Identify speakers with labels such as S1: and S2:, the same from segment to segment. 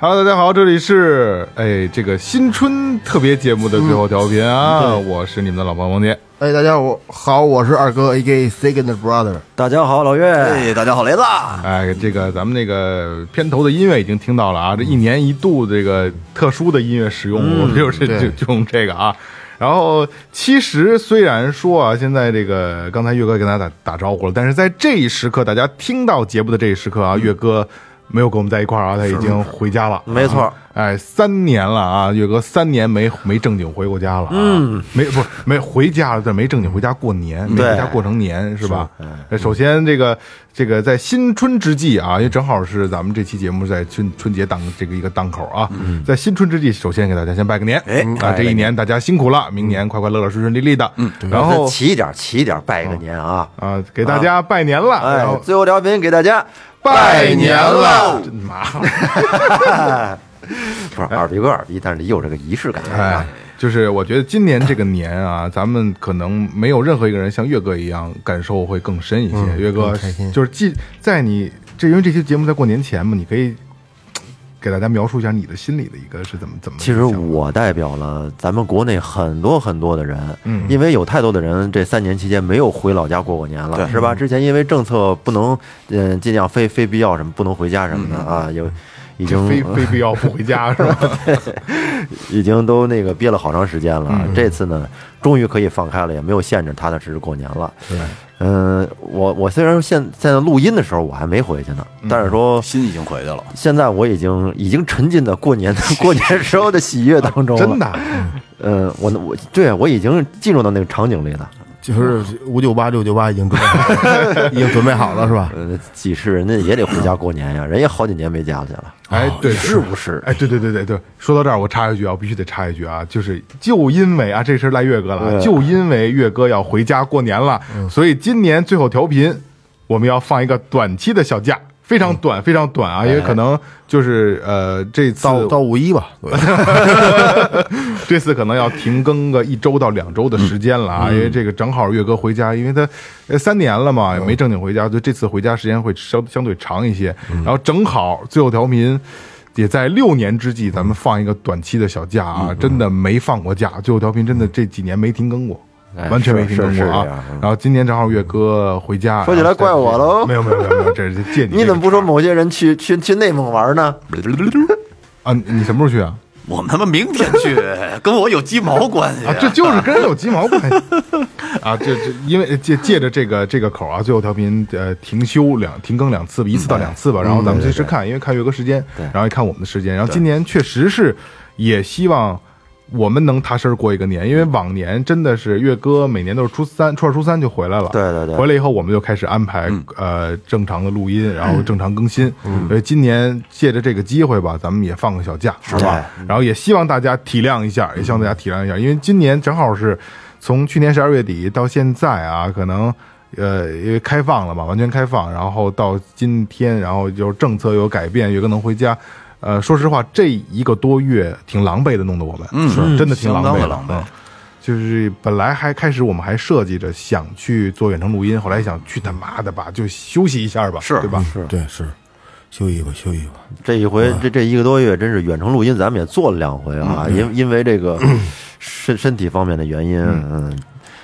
S1: Hello，大家好，这里是哎这个新春特别节目的最后调频啊，
S2: 嗯
S1: 我是你们的老朋友王杰。
S3: 哎，大家好，好，我是二哥，A.K. Second Brother。
S2: 大家好，老岳，
S4: 哎，大家好，雷子，
S1: 哎，这个咱们那个片头的音乐已经听到
S2: 嗯
S1: 了啊，这一年一度这个特殊的音乐使用，我们就是就
S3: 对
S1: 就用这个啊。然后，其实虽然说啊，现在这个刚才岳哥跟大家打打招呼了，但是在这一时刻，大家听到节目的这一时刻
S2: 嗯
S1: 啊，岳哥没有跟我们在一块儿啊，他已经回家了。
S2: 没错
S1: 啊，哎，三年了啊，岳哥三年没没正经回过家了啊，嗯，没不是没回家了，但没正经回家过年，没
S2: 对
S1: 回家过成年是吧？哎首先这个这个在新春之际啊，因为正好是咱们这期节目是在春春节档这个一个档口啊，在新春之际，首先给大家先拜个年，
S2: 哎
S1: 啊，这一年大家辛苦了，明年快快乐乐、顺顺利利的，嗯，然后
S2: 齐一点，齐一点，拜个年啊！
S1: 啊，给大家拜年了，哦然
S2: 哎
S1: 后，
S2: 最后调频给大家
S1: 拜年了，真麻烦。
S2: 不是二逼个二逼，但是有这个仪式感
S1: 哎
S2: 啊。，
S1: 就是我觉得今年这个年 啊，咱们可能没有任何一个人像岳哥一样感受会更深一些。
S2: 嗯
S1: 岳哥
S3: 更开心
S1: 就是既在你这，因为这期节目在过年前嘛，你可以嘖嗯给大家描述一下你的心里的一个是怎么怎么
S2: 其
S1: 想
S2: 实
S1: 的。
S2: 我代表了咱们国内很多很多的人，
S1: 嗯
S2: 因为有太多的人这三年期间没有回老家过过年了，
S4: 对
S1: 嗯
S2: 是吧？之前因为政策不能，嗯、尽量非非必要什么不能回家什么的啊，有已
S1: 嗯就
S2: 经
S1: 非非必要不回家是 吧？
S2: 已经都那个憋了好长时间
S1: 嗯
S2: 了。这次呢，终于可以放开了，也没有限制，踏踏实实过年了。
S1: 对，
S2: 嗯，我我虽然现现在录音的时候我还没回去呢，
S1: 嗯
S2: 但是说
S4: 心已经回去了，
S2: 现在我已经已经沉浸在过年 的过年时候的喜悦当中 了。
S1: 真的，，嗯
S2: 嗯，我我对我已经进入到那个场景里了。
S3: 就是五九八六九八已经准备好 了，已经准备好了是吧？
S2: 呃，几世人家也得回家过年呀，人也好几年没家去了。
S1: 哎，对，
S2: 是不是
S1: 哎，对对对对对，说到这儿，我插一句啊，我必须得插一句啊，就是就因为啊，这事儿赖岳哥了啊，
S2: 嗯
S1: 就因为岳哥要回家过年了，所以今年最后调频，我们要放一个短期的小假，非常短，非常短啊，因为可能就是呃，这次
S3: 到到五一吧，对
S1: 这次可能要停更个一周到两周的时间了
S2: 嗯
S1: 啊，因为这个正好岳哥回家，因为他呃三年了
S2: 嗯
S1: 嘛，也没正经回家，所以这次回家时间会相相对长一些。
S2: 嗯
S1: 然后正好最后调频也在六年之际，咱们放一个短期的小假
S2: 嗯
S1: 啊，真的没放过假，最后调频真的这几年没停更过。
S2: 哎
S1: 完全没停更
S2: 是
S1: 过
S2: 是
S1: 啊
S2: 是这样！嗯
S1: 然后今年正好岳哥回家，
S2: 说起来怪我喽
S1: 没有没有没有没有，这是借你这个茬。
S2: 你怎么不说某些人去去去内蒙玩呢？
S1: 啊？你你什么时候去啊？
S4: 我们他妈明天 去，跟我有鸡毛关系
S1: 啊，这就是跟人有鸡毛关系 啊！这这因为借借着这个这个口儿啊，最后调频呃停休两停更两次吧，一次到两次吧，然后咱们随时看，因为看岳哥时间，然后也看我们的时间，然后今年确实是也希望。我们能踏实过一个年，因为往年真的是岳哥每年都是初三、初二、初三就回来了。
S2: 对对对
S1: 回来以后我们就开始安排、
S4: 嗯
S1: 呃正常的录音，然后正常更新。所以今年借着这个机会吧，咱们也放个小假，是吧？
S2: 对
S4: 嗯
S1: 然后也希望大家体谅一下，也希望大家体谅一下，因为今年正好是从去年十二月底到现在啊，可能呃因为开放了嘛，完全开放，然后到今天，然后就是政策有改变，有个能回家。呃，说实话，这一个多月挺狼狈的，弄得我们，
S4: 嗯
S1: 是真的挺狼狈
S4: 相当的
S1: 嗯
S4: 狼狈
S1: 就是本来还开始我们还设计着想去做远程录音，后来想去他妈的吧，就休息一下吧，
S4: 是
S1: 对吧？
S2: 是
S3: 对是，休息吧，休息吧。
S2: 这一回这这一个多月，真是远程录音，咱们也做了两回啊，因因为这个身身体方面的原因，嗯，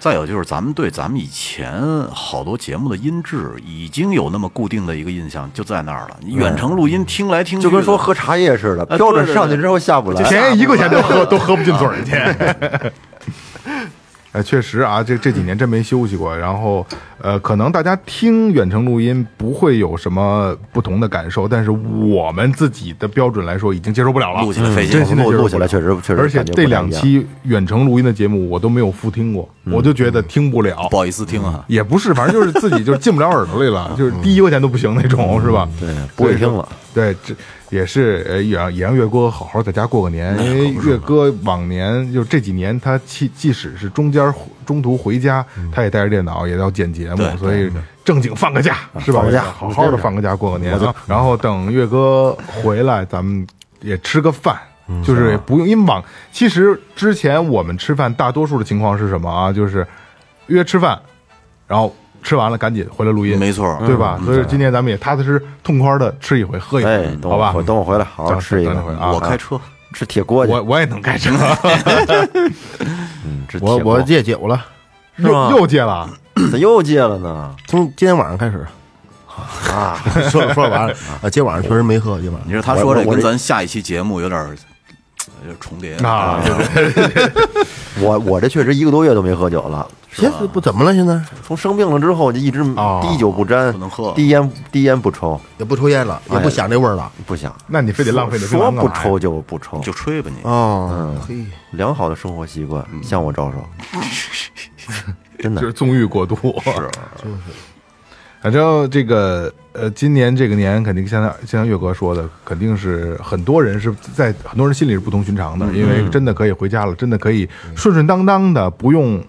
S4: 再有就是咱们对咱们以前好多节目的音质已经有那么固定的一个印象，就在那儿了。你远程录音听来
S1: 嗯
S4: 听去
S2: 就
S4: 的，
S2: 跟说喝茶叶似的，标准上去之后下不来，
S1: 便宜一块钱都 喝都喝不进嘴儿去。 哎，确实啊，这这几年真没休息过。然后，呃，可能大家听远程录音不会有什么不同的感受，但是我们自己的标准来说，已经接受不了嗯了。
S4: 录起来费劲
S1: 真心的
S2: 录
S1: 接受
S2: 录
S1: 不
S2: 起
S1: 了
S2: 来确实确实，
S1: 而且这两期远程录音的节目我都没有复听过，
S2: 嗯
S1: 我就觉得听不了。
S4: 不好意思听啊，
S1: 也不是，反正就是自己就是进不了耳朵里了，就是滴一块钱都不行那种，是吧？
S2: 啊嗯对不会听了。
S1: 对，这也是呃，也让也让岳哥好好在家过个年，因为岳哥往年就这几年，他即即使是中间中途回家，
S2: 嗯
S1: 他也带着电脑也要剪节目
S4: 对，
S1: 所以正经放个假是吧？
S2: 啊放个假
S1: 好好的放个假过个年啊。然后等岳哥回来，咱们也吃个饭。
S2: 嗯
S1: 就是也不用，因为
S2: 啊
S1: 往其实之前我们吃饭，大多数的情况是什么啊？就是约吃饭，然后吃完了赶紧回来录音，
S4: 没错
S1: 对吧？所以今天咱们也踏踏实实、痛快的吃一回，喝一
S2: 哎
S1: 回，，
S2: 等
S1: 好
S2: 我
S1: 吧
S2: 回？等我回来好好
S1: 等
S2: 吃一
S1: 等
S2: 个
S1: 等会，儿啊
S4: 我开车，
S2: 吃铁锅去，
S1: 我我也能开车，
S2: 嗯吃铁
S3: 我
S2: 锅
S3: 我戒酒了，
S1: 又
S2: 吗
S1: 又戒了，
S2: 怎又戒了呢？
S3: 从今天晚上开 始。
S2: 啊，
S3: 说了说完了啊，今晚上确实没喝，今晚
S4: 你
S3: 上
S4: 说他说这
S2: 我我
S4: 跟咱下一期节目有点儿呃有点重叠
S1: 啊
S4: 对对
S2: 我我这确实一个多月都没喝酒了，
S3: 现在不怎么了，现在
S2: 从生病了之后就一直
S1: 哦
S2: 滴酒不沾，
S4: 不能喝
S2: 滴烟滴烟不抽，
S3: 也不抽烟了，也不想这味儿了。
S2: 不想。
S1: 那你非得浪费这槟啊
S2: 说
S1: 榔干嘛
S2: 不
S1: 呀
S2: 抽就不抽，
S4: 就吹吧你。
S3: 哦，嘿，
S2: 良好的生活习惯向我招手， 真
S1: 嗯就是
S2: 的。
S1: 纵欲过度，是， 反正这个呃，今年这个年肯定像他像岳哥说的，肯定是很多人是在很多人心里是不同寻常的，因为真的可以回家了，真的可以顺顺当当的，不用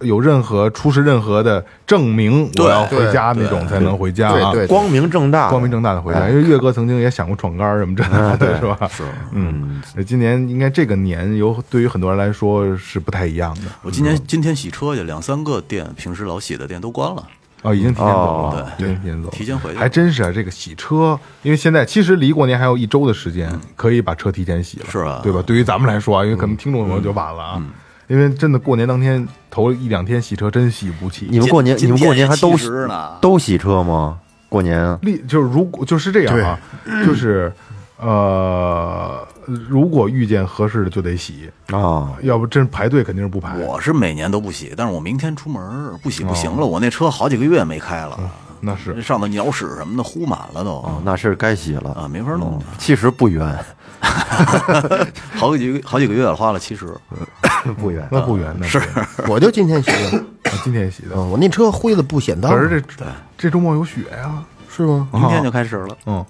S1: 有任何出示任何的证明
S4: 对
S1: 我要回
S3: 对
S1: 家那种才能回家啊，
S3: 对对
S2: 光明正大，
S1: 光明正大的回家，因为岳哥曾经也想过闯杆儿什么之类的， 是吧？是，嗯，今年应该这个年有对于很多人来说是不太一样的
S4: 我今天今天洗车去，两三个店平时老洗的店都关了。
S1: 哦，已经提前走了，
S4: 哦
S1: 已经提前走了，
S4: 提前回去
S1: 还真是啊，这个洗车，因为现在其实离过年还有一周的时间，可以把车提前洗了，
S4: 嗯是啊嗯
S1: 对吧？对于咱们来说啊，因为可能听众朋友就晚了啊，因为真的过年当天头一两天洗车真洗不
S2: 你
S1: 起。
S2: 们过年你
S4: 今
S2: 们过年还
S4: 今
S2: 都
S4: 天
S2: 洗
S4: 70呢
S2: 都洗车吗？过年啊
S1: 立就是如果就是这样啊， 就是呃，如果遇见合适的就得洗，
S2: 啊，
S1: 要不真排队肯定是不排。
S4: 我是每年都不洗，但是我明天出门儿不洗不行了，我那车好几个月没开了，
S1: 那是
S4: 那上头鸟屎什么的糊满了都
S2: 那是该洗了。嗯
S4: 啊，没法弄。
S2: 其实不冤，
S4: 好几个好几个月了，花了七十。
S2: 不冤。
S1: 那不远，那不远
S3: 我就今天洗 的，
S1: 我今天也洗的。
S3: 嗯，我那车灰的不显道，
S1: 可是这这周末有雪呀，
S3: 是吗？
S4: 明天就开始了，
S1: 嗯，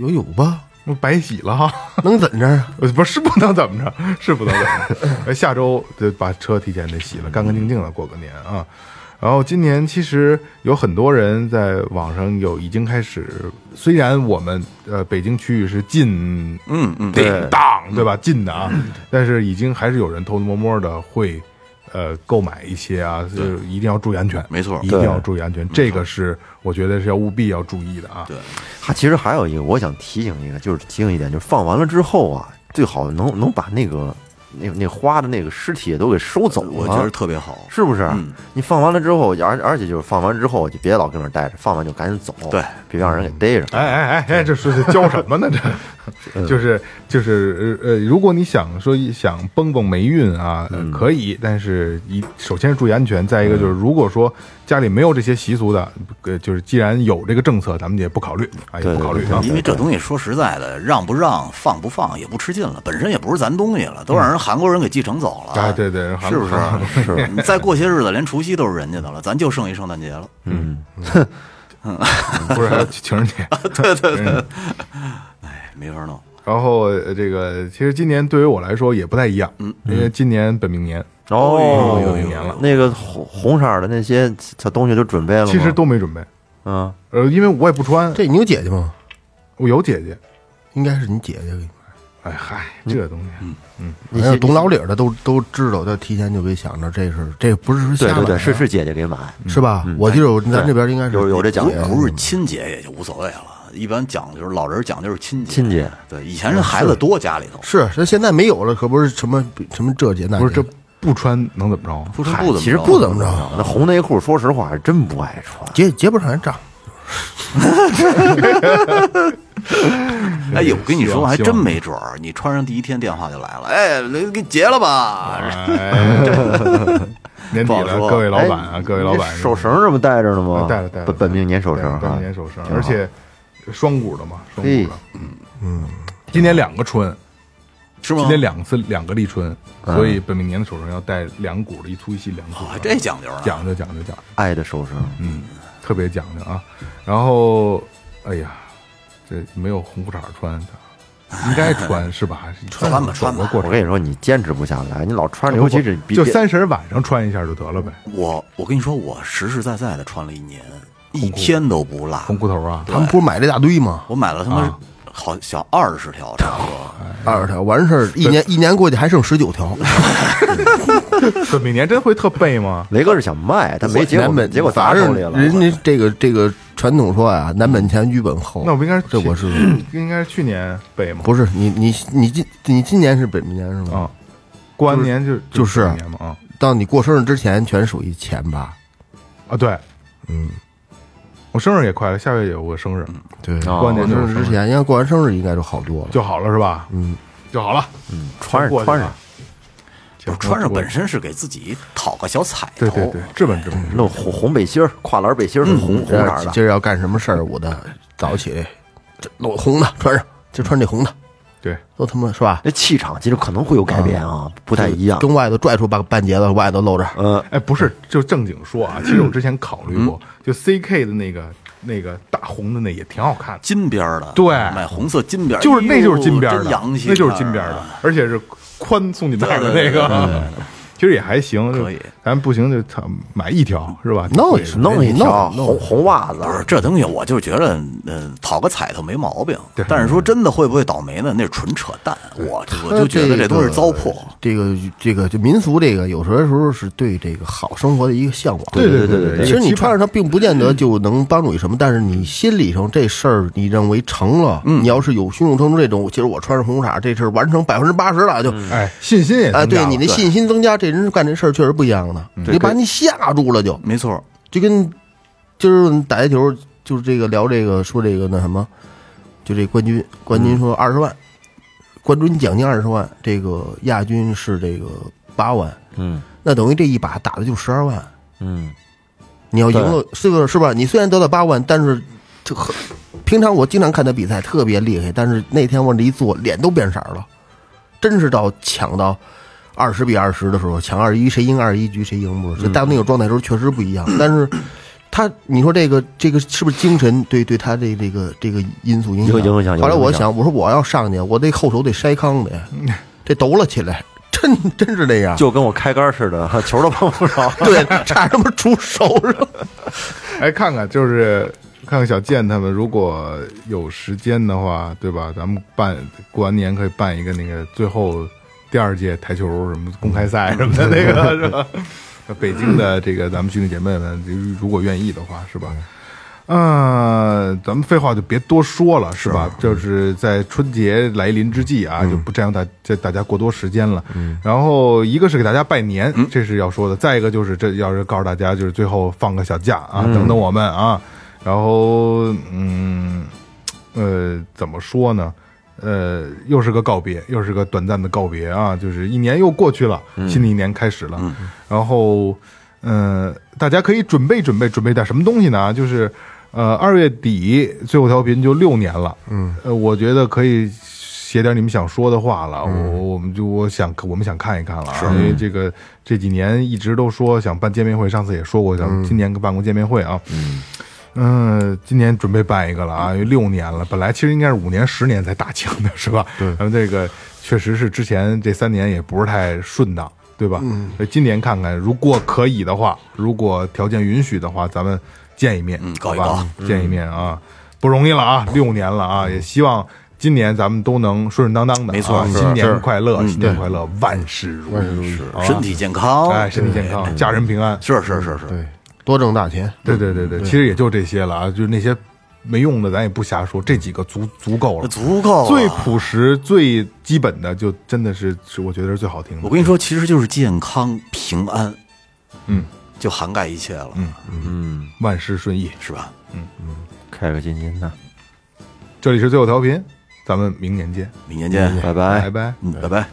S3: 有有吧？
S1: 我白洗了哈。
S3: 能怎着啊？
S1: 呃，不是不能怎么着， 是不能怎么着。哎下周得把车提前得洗了，干干净净的过个年啊。然后今年其实有很多人在网上有已经开始，虽然我们呃北京区域是禁
S4: 嗯嗯，
S1: 典当对吧禁的啊，但是已经还是有人偷偷摸摸的会呃购买一些啊，就是一定要注意安全，
S4: 没错
S1: 一定要注意安全，这个是我觉得是要务必要注意的啊。
S4: 对，
S2: 还其实还有一个，我想提醒一个，就是提醒一点，就是放完了之后啊，最好能能把那个那那花的那个尸体都给收走了。
S4: 我觉得特别好。
S2: 是不是？
S4: 嗯
S2: 你放完了之后，而而且就是放完之后就别老跟那儿待着，放完就赶紧走，
S4: 对，
S2: 别让人给逮着。
S1: 哎哎哎哎，这是这教什么呢？
S2: 嗯
S1: 这就是就是呃呃，如果你想说想蹦蹦霉运啊，
S2: 嗯
S1: 呃可以，但是一首先是注意安全，再一个就是如果说家里没有这些习俗的，呃，就是既然有这个政策，咱们也不考虑啊，也
S2: 对
S1: 不考虑啊。
S4: 因为这东西说实在的，让不让、放不放也不吃劲了，本身也不是咱东西了，都让人韩国人给继承走了。
S1: 哎，对对，
S4: 是不是？
S2: 啊 是
S4: 你再过些日子，连除夕都是人家的了，咱就剩一圣诞节了。
S1: 不是还有情人 节？
S4: 哎，没法弄。
S1: 然后呃这个其实今年对于我来说也不太一样，
S2: 嗯
S1: 因为今年本命年，
S2: 哦
S1: 有一年了
S2: 那个红红色儿的那些小东西都准备了吗？
S1: 其实都没准备，
S2: 嗯，
S1: 呃，因为我也不穿，
S3: 这你有姐姐吗？
S1: 我有姐姐。
S3: 应该是你姐姐给你
S1: 哎嗨，这东西，
S3: 买。
S2: 些
S3: 哎呀懂老理儿的都都知道，他提前就给想着这是这不是
S2: 对
S3: 瞎
S2: 对
S3: 买的啊
S2: 对，是是姐姐给买，
S3: 是吧？我记得我咱这边应该是
S2: 有有这讲
S4: 不
S2: 究，
S4: 不是亲节也就无所谓了，一般讲就是老人讲就是亲节。
S2: 亲节
S4: 对，以前人孩子多家里头，
S3: 是，这现在没有了，可不是什么什么这节那
S1: 不是
S3: 节
S1: 这不穿能怎么着？
S4: 不穿不怎么着
S2: 其实
S3: 不怎么着，
S2: 那红内裤，说实话是真不爱穿。
S3: 结结不上人账。
S4: 哎呦，我跟你
S1: 希
S4: 说，
S1: 望
S4: 还
S1: 希
S4: 真
S1: 望
S4: 没准儿。你穿上第一天电话就来了，哎，给结了吧。
S1: 啊哎， 年底
S4: 不好
S1: 了，
S4: 说
S1: 各位老板
S2: 哎
S1: 啊，各位老板，啊
S2: 你这手绳这不戴着呢吗？
S1: 带着带着，
S2: 本本命年手绳
S1: 对本
S2: 啊
S1: 命，年手绳，
S2: 挺好
S1: 而且双股的嘛，双股
S2: 嘿
S1: 的，嗯嗯，今年两个春，
S4: 是吗
S1: 今？年两次两个立春，
S2: 嗯
S1: 所以本命年的手绳要带两股的，一粗一细两股
S4: 哦
S1: 的，，
S4: 这讲究呢。
S1: 讲究讲究讲究，
S2: 爱的手绳。
S1: 嗯，特别讲究啊。然后，哎呀，这没有红裤衩穿的。应该穿是吧？
S4: 穿吧穿
S1: 走
S4: 吧
S1: 个过
S2: 我
S1: 程
S2: 跟你说，你坚持不下来，你老穿着，尤其是比
S1: 就三十晚上穿一下就得了呗，
S4: 我我跟你说，我实实在在的穿了一年，一天都不落。
S1: 红裤啊头啊，
S3: 他们不是买了一大堆吗？
S4: 我买了他妈好小二十条，差不多。
S3: 二十条完事儿，一年一年过去还剩十九条，
S1: 这每年真会特背吗？
S2: 雷哥是想卖，但没结
S3: 南
S2: 果，
S3: 本
S2: 结果
S3: 反
S2: 砸手
S3: 正
S2: 里了。
S3: 人家这个这个传统说呀，南本前，渝本后。
S1: 那我不应该
S3: 这我是
S1: 应该是去年背吗？
S3: 不是你你你今你今年是本命年是吗？
S1: 啊，过完年就
S3: 就是
S1: 过完年嘛啊
S3: 到你过生日之前全属于前八。
S1: 啊对，嗯，我生日也快了，下月有我生日
S3: 对，
S2: 哦
S1: 过完
S3: 过
S1: 年
S3: 生
S1: 就
S3: 日
S1: 是
S3: 之前，应该过完生日应该就好多了。
S1: 就好了是吧？嗯，就好了，
S2: 穿
S1: 过
S2: 上
S1: 去
S2: 穿
S1: 吧行
S2: 上，
S4: 不是穿上
S1: 过
S4: 本身是给自己讨个小彩头，
S1: 对对对，治本治本。
S2: 弄红红背心儿，跨栏背心儿，红红
S3: 这
S2: 色
S3: 样
S2: 儿的。
S3: 今儿要干什么事儿，我的早起，这弄红的穿上，就穿这红的，
S1: 对，
S3: 都他妈是吧？
S2: 那气场其实可能会有改变啊，不太一样。
S3: 跟外头拽出半半截子，外头露着。
S2: 呃，
S1: 哎，不是，就正经说啊，其实我之前考虑过，就 CK 的那个那个大红的那也挺好看的，
S4: 金边儿的，
S1: 对
S4: 买红色金边儿，
S1: 就是那就是金边
S4: 哎呦
S1: 的
S4: 真洋气，
S1: 那就是金边的，而且是宽松紧带的那个， 其实也还行，就
S4: 可以
S1: 咱不行就操买一条是吧？
S3: 弄一
S2: 弄一条
S3: 弄
S2: 红红袜子啊
S4: 不，是这东西，我就觉得，呃，讨个彩头没毛病
S1: 对。
S4: 但是说真的，会不会倒霉呢？那是纯扯淡。我就我
S3: 他
S4: 就觉得这东西糟粕。
S3: 这个这个就民俗这个，有时候时候是对这个好生活的一个向往。
S1: 对对对对对
S3: 其实
S1: 一个
S3: 你
S1: 期
S3: 穿
S1: 盼
S3: 上它，并不见得就能帮助你什么，但是你心理上这事儿你认为成了，你要是有胸有成竹这种，其实我穿上红色这事儿完成百分之八十了，就
S1: 哎，信心也增
S3: 啊，
S1: 加
S3: 对
S1: 了
S3: 你那信心增加，这人干这事儿确实不一样的，你把你吓住了就，
S4: 没错，
S3: 就跟今儿打台球，就是这个聊这个说这个那什么，就这冠军，冠军说二十万，冠军奖金二十万，这个亚军是这个八万，
S2: 嗯
S3: 那等于这一把打的就十二万，
S2: 嗯，
S3: 你要赢了是不是是吧？你虽然得到八万，但是特很平常我经常看他比赛特别厉害，但是那天往这一坐，脸都变色儿了，真是到抢到二十比二十的时候，抢二一谁赢二一局谁赢
S2: 嗯
S3: 不知道，到那种状态的时候确实不一样。但是他你说这个这个是不是精神对对他这这个这个因素影响？
S2: 有影响有
S3: 后来我
S2: 影响
S3: 想，我说我要上去，我这后手得筛糠的，这抖了起来，真真是那样。
S2: 就跟我开杆似的， 球都碰不着。
S3: 对， 差点他妈出手上。
S1: 哎，看看就是看看小健他们，如果有时间的话，对吧？咱们办过完年可以办一个那个最后第二届台球什么公开赛什么的那个是吧？北京的这个咱们兄弟姐妹们，如果愿意的话，是吧？嗯，咱们废话就别多说了，是吧？就是在春节来临之际啊，就不占用大这大家过多时间了。然后一个是给大家拜年，这是要说的；再一个就是这要是告诉大家，就是最后放个小假啊，等等我们啊。然后嗯，呃，怎么说呢？呃，又是个告别，又是个短暂的告别啊！就是一年又过去了，新的一年开始了。然后，嗯，大家可以准备准备准备点什么东西呢？就是，呃，二月底最后调频就六年了。嗯，呃，我觉得可以写点你们想说的话了。我我们就我想我们想看一看了、啊，因为这个这几年一直都说想办见面会，上次也说过想今年办过见面会啊。嗯。嗯，今年准备办一个了啊，
S4: 嗯
S1: 因为六年了，本来其实应该是五年、十年才打清的，是吧？对，咱们这个确实是之前这三年也不是太顺当，对吧？嗯，所以今年看看，如果可以的话，如果条件允许的话，咱们见一面，
S4: 嗯
S1: 好
S4: 搞一
S1: 吧
S4: 搞
S1: 见一面啊，不容易了啊，六年了啊，也希望今年咱们都能顺顺当当的啊，
S4: 没错是嗯
S1: 新年快乐，新年快乐，万事如意，好吧
S4: 身体健康，
S1: 嗯哎，身体健康，家人平安，
S4: 是是是是，
S3: 对，多挣大钱。
S1: 对对对对，其实也就这些了啊，就是那些没用的，咱也不瞎说，这几个足足够
S4: 那
S1: 了。
S4: 足够了啊
S1: 最朴实、最基本的，就真的是是我觉得是最好听
S4: 我
S1: 的。
S4: 跟你说，其实就是健康平安，
S1: 嗯，
S4: 就涵盖一切了，
S2: 嗯，
S1: 万事顺意，
S4: 是吧？
S2: 开开心心的，
S1: 这里是最后调频，咱们明年见，
S4: 明年见，
S2: 拜
S1: 拜
S2: 拜。
S1: 拜。
S4: 嗯，拜拜。